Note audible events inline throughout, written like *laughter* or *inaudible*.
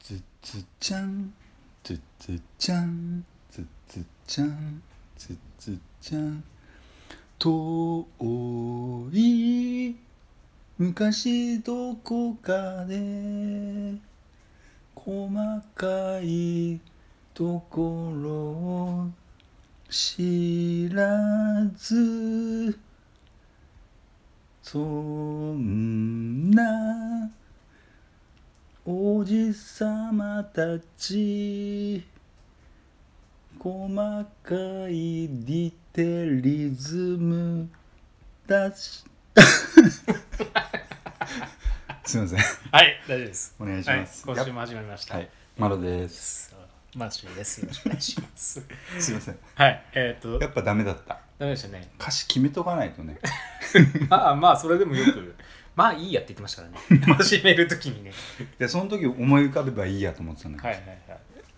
つっつっちゃんつっつっちゃんつっつっちゃんつっつっちゃん遠い昔どこかで細かいところを知らずそんなおじさまたち細かいディテリズムだし *laughs* すいませんはい、大丈夫です。お願いしますはい、今週も始まりました。はいマロですさあ。マーシーです。よろしくお願いします。すいません *laughs* はい、えっ、と、やダっぱダメだったメでしたね。歌詞決めとかないとね *laughs* まあまあ、それでもよく、まあいいやって言ってましたから *laughs* ね。始めるときにね。でその時思い浮かべばいいやと思ってたんだけど、はいはいはい。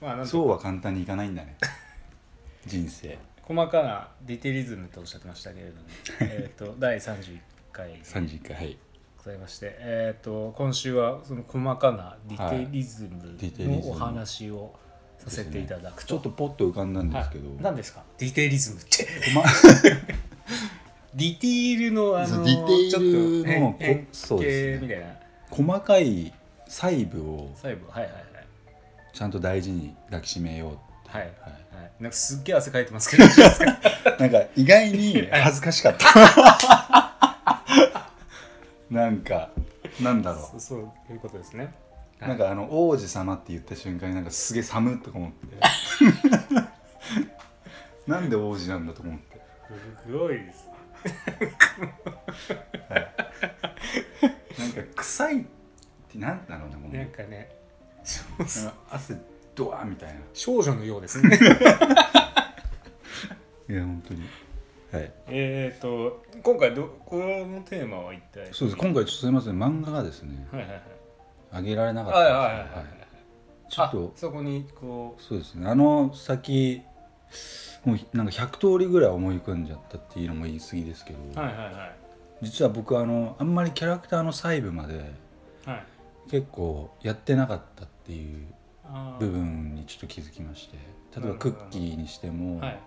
まあ、なんそうとは簡単にいかないんだね人生細かなディテリズムとおっしゃってましたけれども、えっと、第31回で30回はいございまして、えっ、と、今週はその細かなディテリズディテムリズのムお話をさせていただくちょと。っとポッと浮かんだんですけど、はい何ですかディテリズムって。まディティールのあそうのディテールちょのっと変こそうで形すねみたいな細かい細部を細部はいはいはいちゃんと大事に抱きしめようはい、 *laughs* はいはなんかすっげえ汗かいてますけどはなんか意外に恥ずかしかったなんかなんだろ *laughs* そうそういうことですねうなんかあの王子様って言った瞬間になんかすげえ寒っとか思って *laughs* なんで王子なんだと思ってすごいですなんか臭いってなんだろうなもうなんかねあの汗ドワーみたいな少女のようですねいや本当にはい *laughs* えっと今回どこのテーマは一体そうです今回ちょっとすみません漫画がですねはいはいはいあげられなかっはいはたいんですよはいはいちょっちょっととそこにこそうですねあの先もうなんか100通りぐらい思い浮かんじゃったっていうのも言い過ぎですけど、うはいはいは実は僕あのあんまりキャラクターの細部までいはい結構やってなかったっていうあー部分にちょっと気づきまして例えばなるクほどッキーにしてもはい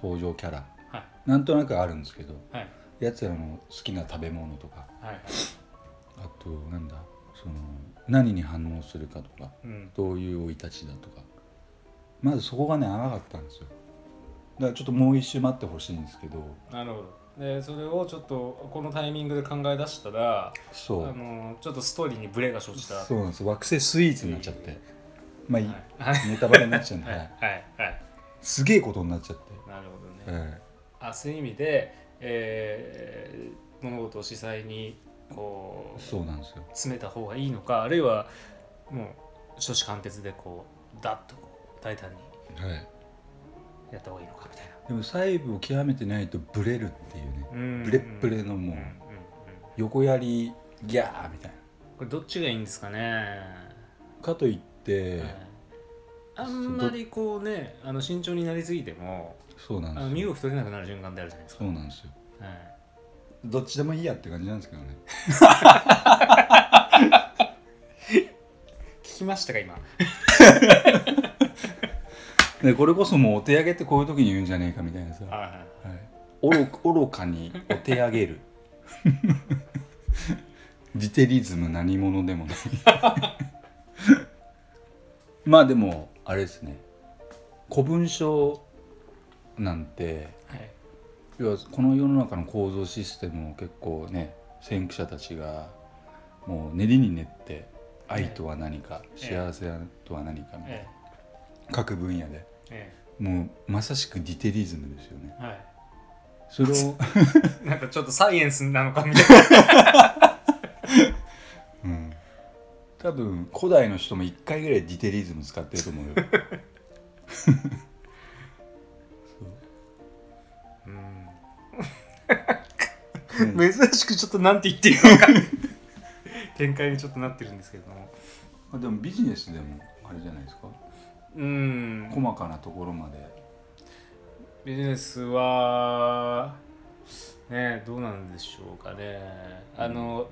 登場キャラはいなんとなくあるんですけどはいやつらの好きな食べ物とかはいあとなんだその何に反応するかとかうんどういう生い立ちだとかまずそこがね甘かったんですよだからちょっともう一周待ってほしいんですけどなるほどでそれをちょっとこのタイミングで考え出したらそあうのちょっとストーリーにブレが生じた。そうなんです惑星スイーツになっちゃってまあ、いいはいネタバレになっちゃうんで、はいはいはいはい。すげえことになっちゃって、なるほどね。えあそういう意味で、えー物事を司祭にこえうそうなんですよ詰めた方がいいのか、あるいはもう初子貫徹でこうダッと大胆にはいやった方がいいのかみたいな。でも細部を極めてないとブレるっていうねうんブレッブレのもううんうんうん横やりギャーみたいこれどっちがいいんですかね。なかといって、はいあんまりこうねあの慎重になりすぎてもそうなんあの身ですよ動き取れなくなる瞬間であるじゃないですか。そうなんですよはいどっちでもいいやって感じなんですけどね聞きましたか今でこれこそもうお手上げってこういう時に言うんじゃねえかみたいなさ、は、は愚いか愚かにお手上げ *laughs* るディテリズム何者でもない *laughs* まあでもあれですね古文書なんてい要はこの世の中の構造システムを結構ね先駆者たちがもう練りに練って愛とは何か、ええ幸せとは何かみたいな、え各分野でえもうまさしくディテリズムですよねはそれを、いなんかちょっとサイエンスなのかみたいなうん、多分古代の人も1回ぐらいディテリズム使ってると *laughs* 思うよそうね珍しくちょっとなんて言っていいのか展開にちょっとなってるんですけどもまあでもビジネスでもあれじゃないですかうん細かなところまでビジネスはねどうなんでしょうかねあの、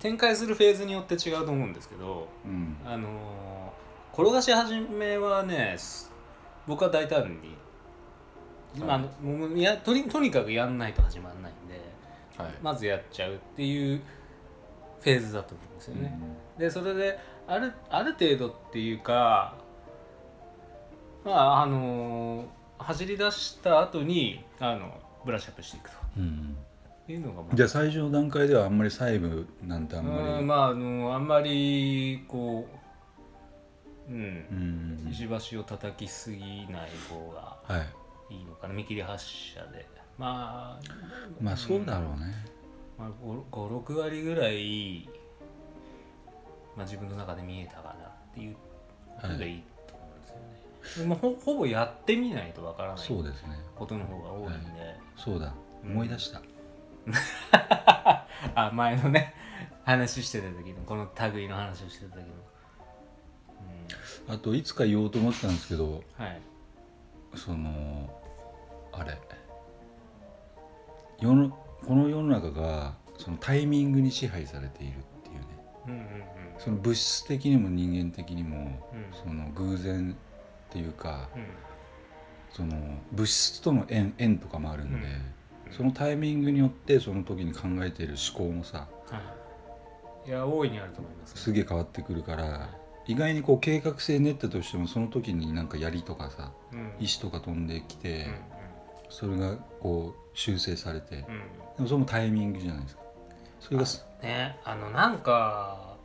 展開するフェーズによって違うと思うんですけどうんあのー転がし始めはねす僕は大胆に、まあはいもういやとにとにかくやんないと始まらないんではい、まずやっちゃうっていうフェーズだと思うんですよね。でそれであるある程度っていうかまああの走り出した後にあのブラッシュアップしていくうんうんというのがまあじゃあ最初の段階ではあんまり細部なんてあんまりうんまああのあんまりこううんう、ん石橋を叩きすぎない方がはいいいのかな見切り発車でまあまあそうだろうね、まあ、56割ぐらい、まあ、自分の中で見えたかなっていうことでいいと思うんですよね、まあ、ほほぼやってみないとわからないそうですねことの方が多いんで、そうだうん思い出した、あ前のね話してた時のこの類の話をしてた時の、あといつか言おうと思ってたんですけどうん、はいそのあれ世のこの世の中がそのタイミングに支配されているっていうねうんうんうんその物質的にも人間的にもうんその偶然っていうかうその物質との縁縁とかもあるんで、うんそのタイミングによってその時に考えている思考もさんはいいや大いにあると思います、すげえ変わってくるから意外にこう計画性練ったとしてもその時になんか槍とかさうん、石とか飛んできて、うんそれがこう修正されて、でうんうんもそれもタイミングじゃないですかそれがすねあのなんか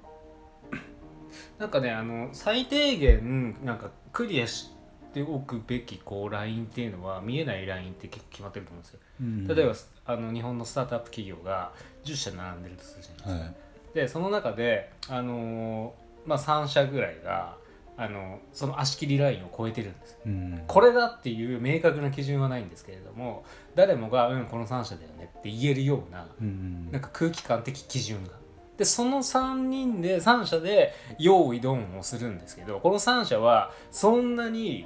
*clears throat* なんかねあの最低限なんかクリアしておくべきこうラインっていうのは見えないラインって結構決まってると思うんですよ。うん例えば、あの日本のスタートアップ企業が10社並んでるとするじゃないですか。はいでその中で、あのーまあ、3社ぐらいが、あのその足切りラインを超えてるんですよ。うん、これだっていう明確な基準はないんですけれども誰もが「うんこの3社だよね」って言えるようなうんなんか空気感的基準が。でその3人で3社で用意ドンをするんですけどこの3社はそんなに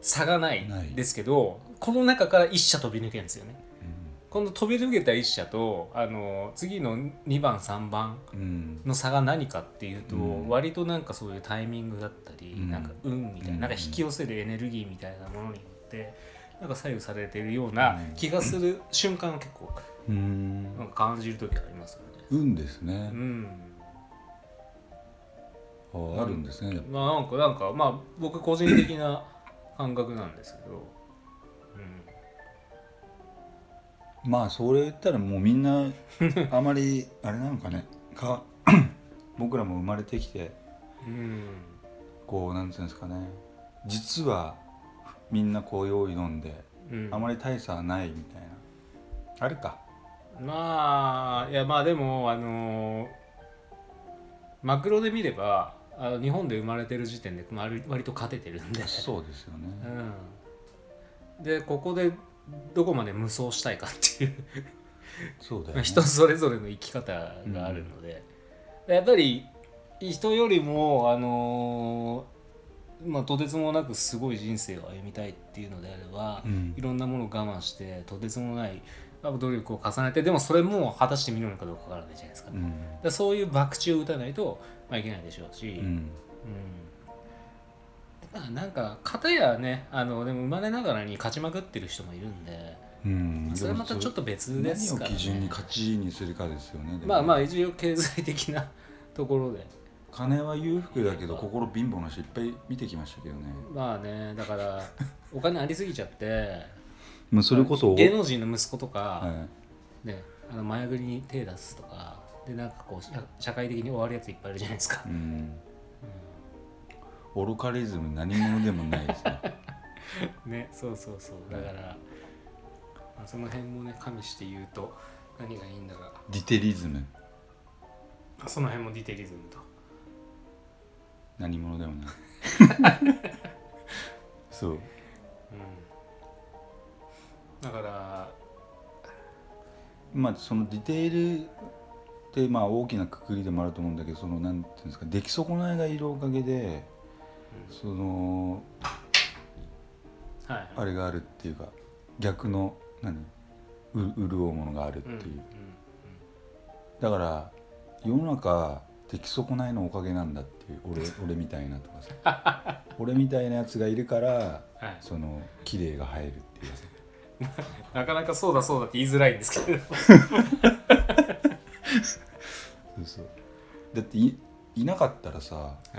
差がないないですけどこの中から1社飛び抜けるんですよね。この飛び抜けた1社とあの次の2番3番うんうんの差が何かっていうと、うん割となんかそういうタイミングだったり、うんなんか運みたいな,、うんなんか引き寄せるエネルギーみたいなものによってなんか左右されてるような気がする瞬間を結構うなんんか感じる時ありますよね。運ですねう、ん、ああるんですねやっぱまあなんかなんかまあ僕個人的な感覚なんですけど、まあそれ言ったらもうみんな *laughs* あまりあれなのかねか *clears throat* 僕らも生まれてきてうん、うん、こうなんていうんですかね実はみんなこう用意飲んでうん、あまり大差はないみたいなあれかまあいやまあでもあのーマクロで見ればあの日本で生まれてる時点でまあ割割と勝ててるんで、そうですよねうん、でここでどこまで無双したいかっていうそうだよまあね *laughs* 人それぞれの生き方があるので、やっぱり人よりも、あのーまあ、とてつもなくすごい人生を歩みたいっていうのであれば、うんいろんなものを我慢してとてつもないまあ努力を重ねてでもそれも果たして見るのかどうかわからないじゃないですか,、うだかんらそういう博打を打たないと、まあ、いけないでしょうし、うんうんまあなんか片やねあのでも生まれながらに勝ちまくってる人もいるんで、うんそれはまたちょっと別ですか何ら、ね、を基準に勝ちにするかですよねでもまあまあ一応経済的な *laughs* ところで金は裕福だけど心貧乏な人いっぱい見てきましたけどねまあねだからお金ありすぎちゃってまあそれこそ芸能人の息子とか、はいね、あの前振りに手出すとかでなんかこう社社会的に終わるやついっぱいいるじゃないですか *laughs* う、ん愚かリズム何者でもないです *laughs* ねねそうそうそうだから、まあ、その辺もね加味して言うと何がいいんだかディテリズムその辺もディテリズムと。何者でも *laughs* ないそううんだからまあそのディテールってまあ大きなくくりでもあると思うんだけどそのなんていうんですか出来損ないがいるおかげでそのはいあれがあるっていうか逆の何う潤うものがあるっていう、うんうんだから世の中出来損ないのおかげなんだっていう俺俺みたいなとかさ *laughs* 俺みたいなやつがいるからはい、その綺麗が入るっていうさなかなかそうだそうだって言いづらいんですけどそうそうだっていいなかったらさはい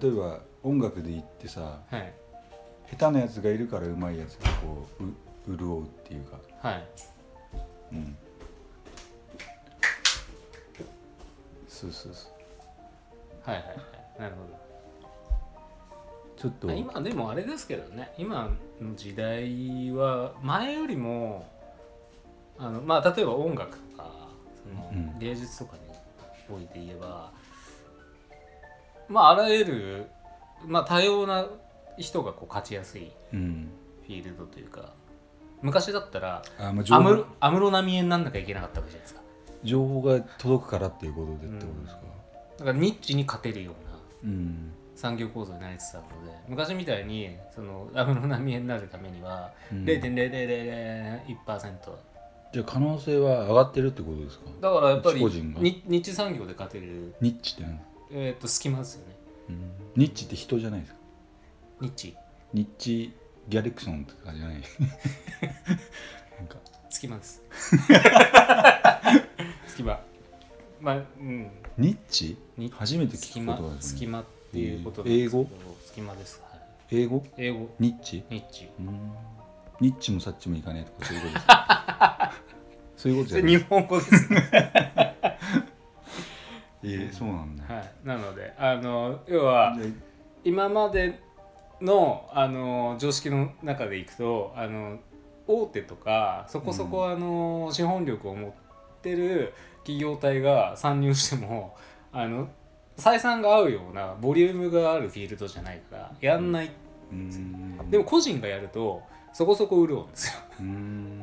例えば音楽で言ってさはい下手なやつがいるから上手いやつがこうう潤うっていうか、はいうん、そうそうそうはいはいはいなるほどちょっとまあ今でもあれですけどね今の時代は前よりもあの、まあ、例えば音楽とかそのうん芸術とかにおいて言えば、まああらゆる、まあ、多様な人がこう勝ちやすいうんフィールドというか昔だったらあまあ情安室報安室奈美恵になんなきゃいけなかったわけじゃないですか情報が届くからっていうことでってことですかだからニッチに勝てるようなうん産業構造になりつつあるので昔みたいにその安室奈美恵になるためにはうん0.0001%じゃあ可能性は上がってるってことですかだからやっぱり個人がに日産業で勝てる、ニッチって何、えー、と隙間ですよねうん、ニッチって人じゃないですか日ニッチギャレクソンとかじゃない *laughs* なんか隙間です *laughs* 隙間まあうんニッチに初めて隙聞く間ことです隙ね間っていうことなんですけどえー隙間です、はい、英語英語ニッチ日うんニッチもサッチもいかねえとかそういうことですか *laughs* そういうことじゃない日本語ですねえーそうなんだ、はいなのであの要はで今までのあの常識の中でいくとあの大手とかそこそこ、あの資本力を持ってる企業体が参入してもあの採算が合うようなボリュームがあるフィールドじゃないからやんない、うーんでも個人がやるとそこそこ潤うんですようーん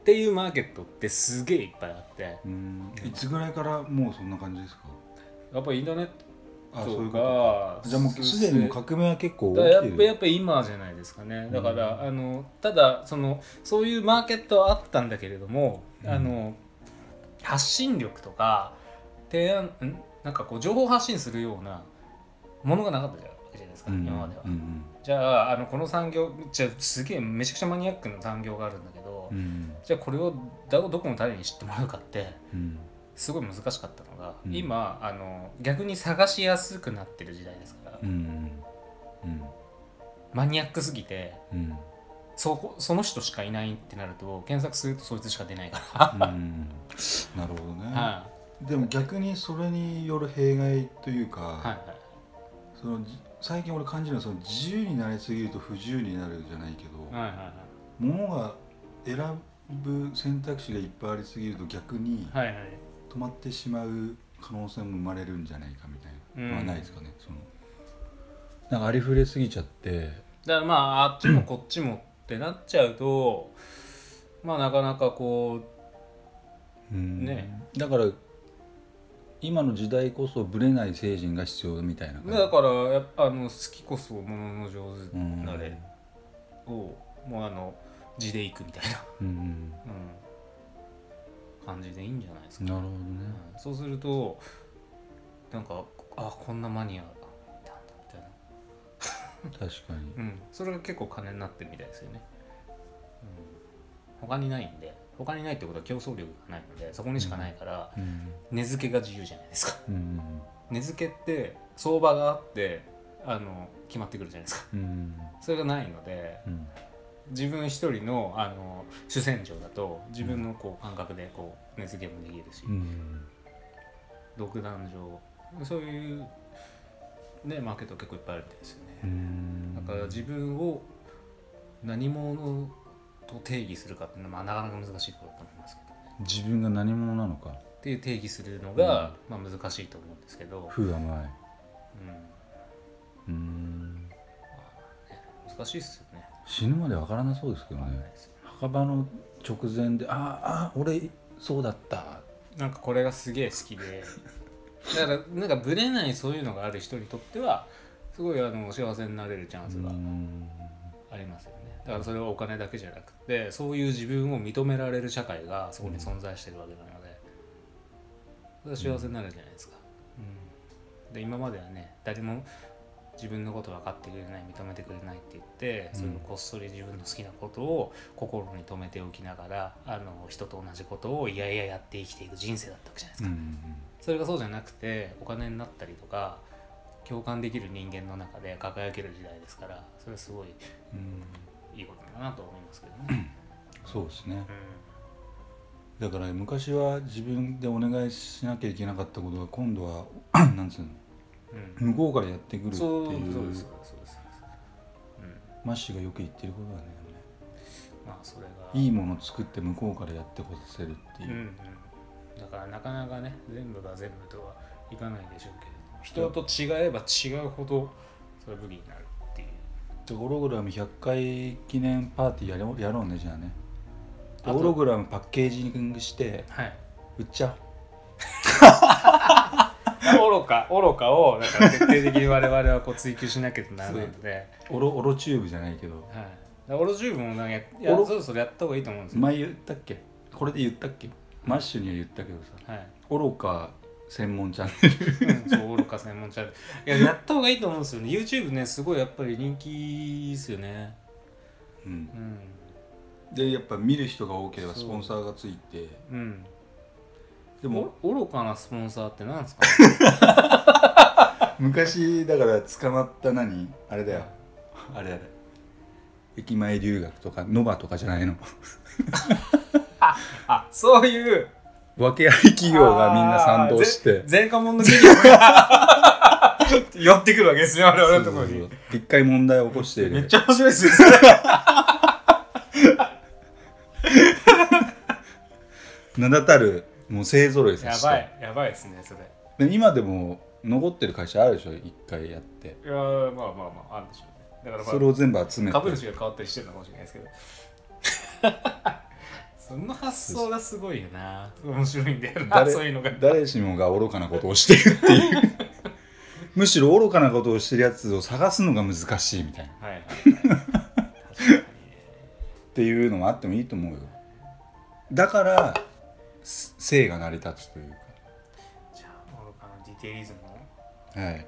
っていうマーケットってすげえいっぱいあってうーんいつぐらいからもうそんな感じですかやっぱりインターネッあトそういうこがとじゃあもうすでにもう革命は結構だからや起っきぱてやるっぱ今じゃないですかねだから、うんあのただそのそういうマーケットはあったんだけれども、うんあの発信力とか提案んなんかこう情報発信するようなものがなかったじゃないですか、うん今までは、うんじゃああのこの産業じゃあすげえめちゃくちゃマニアックな産業があるんだけど、うんうんじゃあこれをだどこの誰に知ってもらうかってうんすごい難しかったのが、うん今あの逆に探しやすくなってる時代ですから、うんうんマニアックすぎてうんそこその人しかいないってなると検索するとそいつしか出ないかうんなるほどね、ら、はでも逆にそれによる弊害というか、い、はいはいそのじ最近俺感じるのはその自由になりすぎると不自由になるじゃないけど、はいは物が選ぶ選択肢がいっぱいありすぎると逆にいはいはいはい止まってしまう可能性も生まれるんじゃないかみたいなのはうんないですかね、そのなんかありふれすぎちゃってだからまああっちもこっちもってなっちゃうとまあなかなかこうんねだから今の時代こそブレない成人が必要みたいなうだからやっぱあの好きこそものの上手うんなれをもうあの地でいくみたいな、うんうん、感じでいいんじゃないですか、なるほどねうんそうするとなんかあこんなマニアだったんだみたいな確かにうん、それが結構金になってるみたいですよね、うん、他にないんで他にないってことは競争力がないのでそこにしかないから、うん値付けが自由じゃないですか *laughs* うん値付けって相場があってあの決まってくるじゃないですかうんそれがないのでうん自分一人のあの主戦場だと自分のこう感覚でこう値付けもできるし、うん独壇場そういうねマーケット結構いっぱいあるみたいですよね、うんだから自分を何者と定義するかっていうのは、まあ、なかなか難しいことだと思いますけどね。自分が何者なのかっていう定義するのが、まあ、難しいと思うんですけど、 Who am I? ううん、ーん難しいですよね。死ぬまでわからなそうですけどわかんないねですよ墓場の直前で「あーあー俺そうだったなんかこれがすげえ好きでだからなんかブレないそういうのがある人にとってはすごいあの幸せになれるチャ」ンスがうーんありますよね。だからそれはお金だけじゃなくてそういう自分を認められる社会がそこに存在してるわけなので、それは幸せになるじゃないですか、うん、で今まではね誰も自分のこと分かってくれない認めてくれないって言ってうんそれをこっそり自分の好きなことを心に留めておきながらあの人と同じことをいやいややって生きていく人生だったわけじゃないですうか、んそれがそうじゃなくてお金になったりとか共感できる人間の中で輝ける時代ですからそれはすごいうんいいことだなと思いますけどね。そうですねうんだから昔は自分でお願いしなきゃいけなかったことが今度は *clears throat* なんつうのうん向こうからやってくるっていそうそううですそうですそうです、うん、マッシーがよく言ってることだねまあそれがいいもの作って向こうからやってこさせるってうんいう、うん、だからなかなかね全部が全部とはいかないでしょうけれども人と違えば違うほどそれ武器になるっていうでホログラム100回記念パーティーやろうやろうねじゃあねであとホログラムパッケージングしてはい売っちゃ *laughs* 愚か愚かをだから徹底的に我々はこう追求しなきゃならないので、おオロオロチューブじゃないけどはい、だからオロチューブもなんかやいやオロそろそろやった方がいいと思うんですよ、前言ったっけこれで言ったっけマッシュには言ったけどさはい愚か専門チャン *laughs* ネルうん、そう愚か専門チャンネルいややった方がいいと思うんですよね YouTube ねすごいやっぱり人気ですよねうんうんでやっぱ見る人が多ければそうスポンサーがついてうんででもも愚かなスポンサーって何ですか昔だから捕まった何あれだよあれあれ駅前留学とかノバとかじゃないの *laughs* *laughs* あそういう訳あり企業がみんな賛同して前科者の企業が *laughs* 寄ってくるわけですね我々のところそうにそうそう一回問題を起こしているめっちゃ面白いですね名だたるもう勢ぞろいさやせてばいやばいですねそれいで今でも残ってる会社あるでしょ一回やってやーまあまあまああるでしょうねだからまそれを全部集めあて株主が変わったりしてるのかもしれないですけど *laughs* その発想がすごいよな面白いんだよな *laughs* 誰そういうのが誰しもが愚かなことをしているっていう *laughs* むしろ愚かなことをしてるやつを探すのが難しいみたいなっはいはいはい、確かにねていうのもあってもいいと思うよだからす性が成り立つというじゃあ愚かなディテイリズムを、かははい、い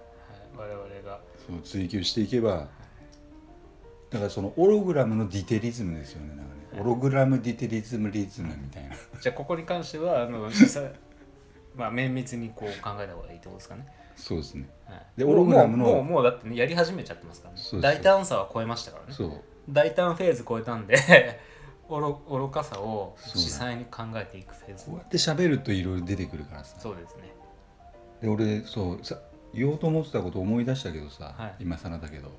我々がその追求していけばだからそのオログラムのディテリズムですよねなんかねオログラムディテリズムリズムみたいなじゃあここに関してはあの実際まあ綿密にこう考えた方がいいってことですかね、そうですねはい、でもうオログラムのもうもうもうだってねやり始めちゃってますからねそうそう大胆さは超えましたからねそう大胆フェーズ超えたんで *laughs* 愚愚かさをそうだ実際に考えていくフェーズこうやって喋るといろいろ出てくるからさそうですねで俺そうさ言おうと思ってたこと思い出したけどさ、はい今更だけど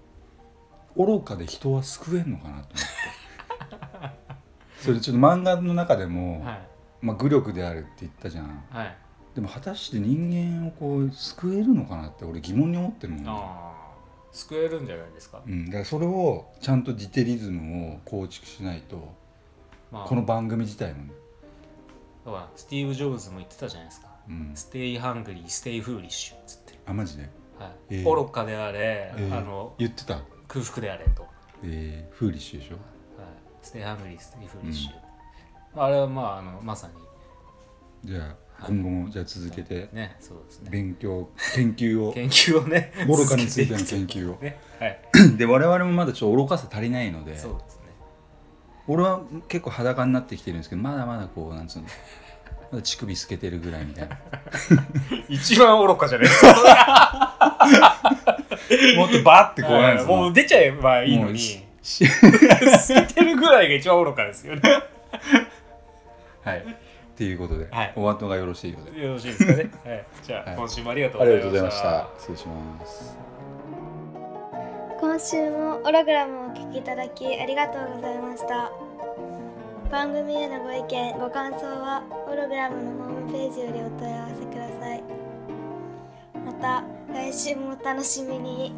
愚かで人は救えんのかなと思って *laughs* それちょっと漫画の中でも、はいまあ、愚力であるって言ったじゃんはいでも果たして人間をこう救えるのかなって俺疑問に思ってるもん、ああ救えるんじゃないですか、うん、だからそれをちゃんとディテリズムを構築しないとまあ、この番組自体もね、ほらスティーブ・ジョブズも言ってたじゃないですかうん「ステイ・ハングリーステイ・フーリッシュ」っつって、あマジで、はいええ愚かであれ、えーあの言ってた、空腹であれと、はい、えー、フーリッシュでしょステイハングリー、ステイフーリッシュ。まああれはまああのまさにじゃあはい今後もじゃあ続けてね、そうですね。勉強研究を *laughs* 研究をね、愚かについての続け研究をてね、はい、で我々もまだちょっと愚かさ足りないのでそうですね。俺は結構裸になってきてるんですけどまだまだこうなんつうのまだ乳首透けてるぐらいみたいな一番愚かじゃないです *laughs* か。もっとバーってこうなんはいですもう出ちゃえばいいのもうに、し *laughs* 捨しててるぐらいが一番愚かですよね。はいっていうことで、はいお後がよろしいようでよろしいですかね。はい、じゃあ、はい今週もありがとうあごりざがいとうまごしざいましたた。失礼します今週もオログラムをお聞きいただきありがとうございました番組へのご意見ご感想はオログラムのホームページよりお問い合わせくださいまた来週もお楽しみに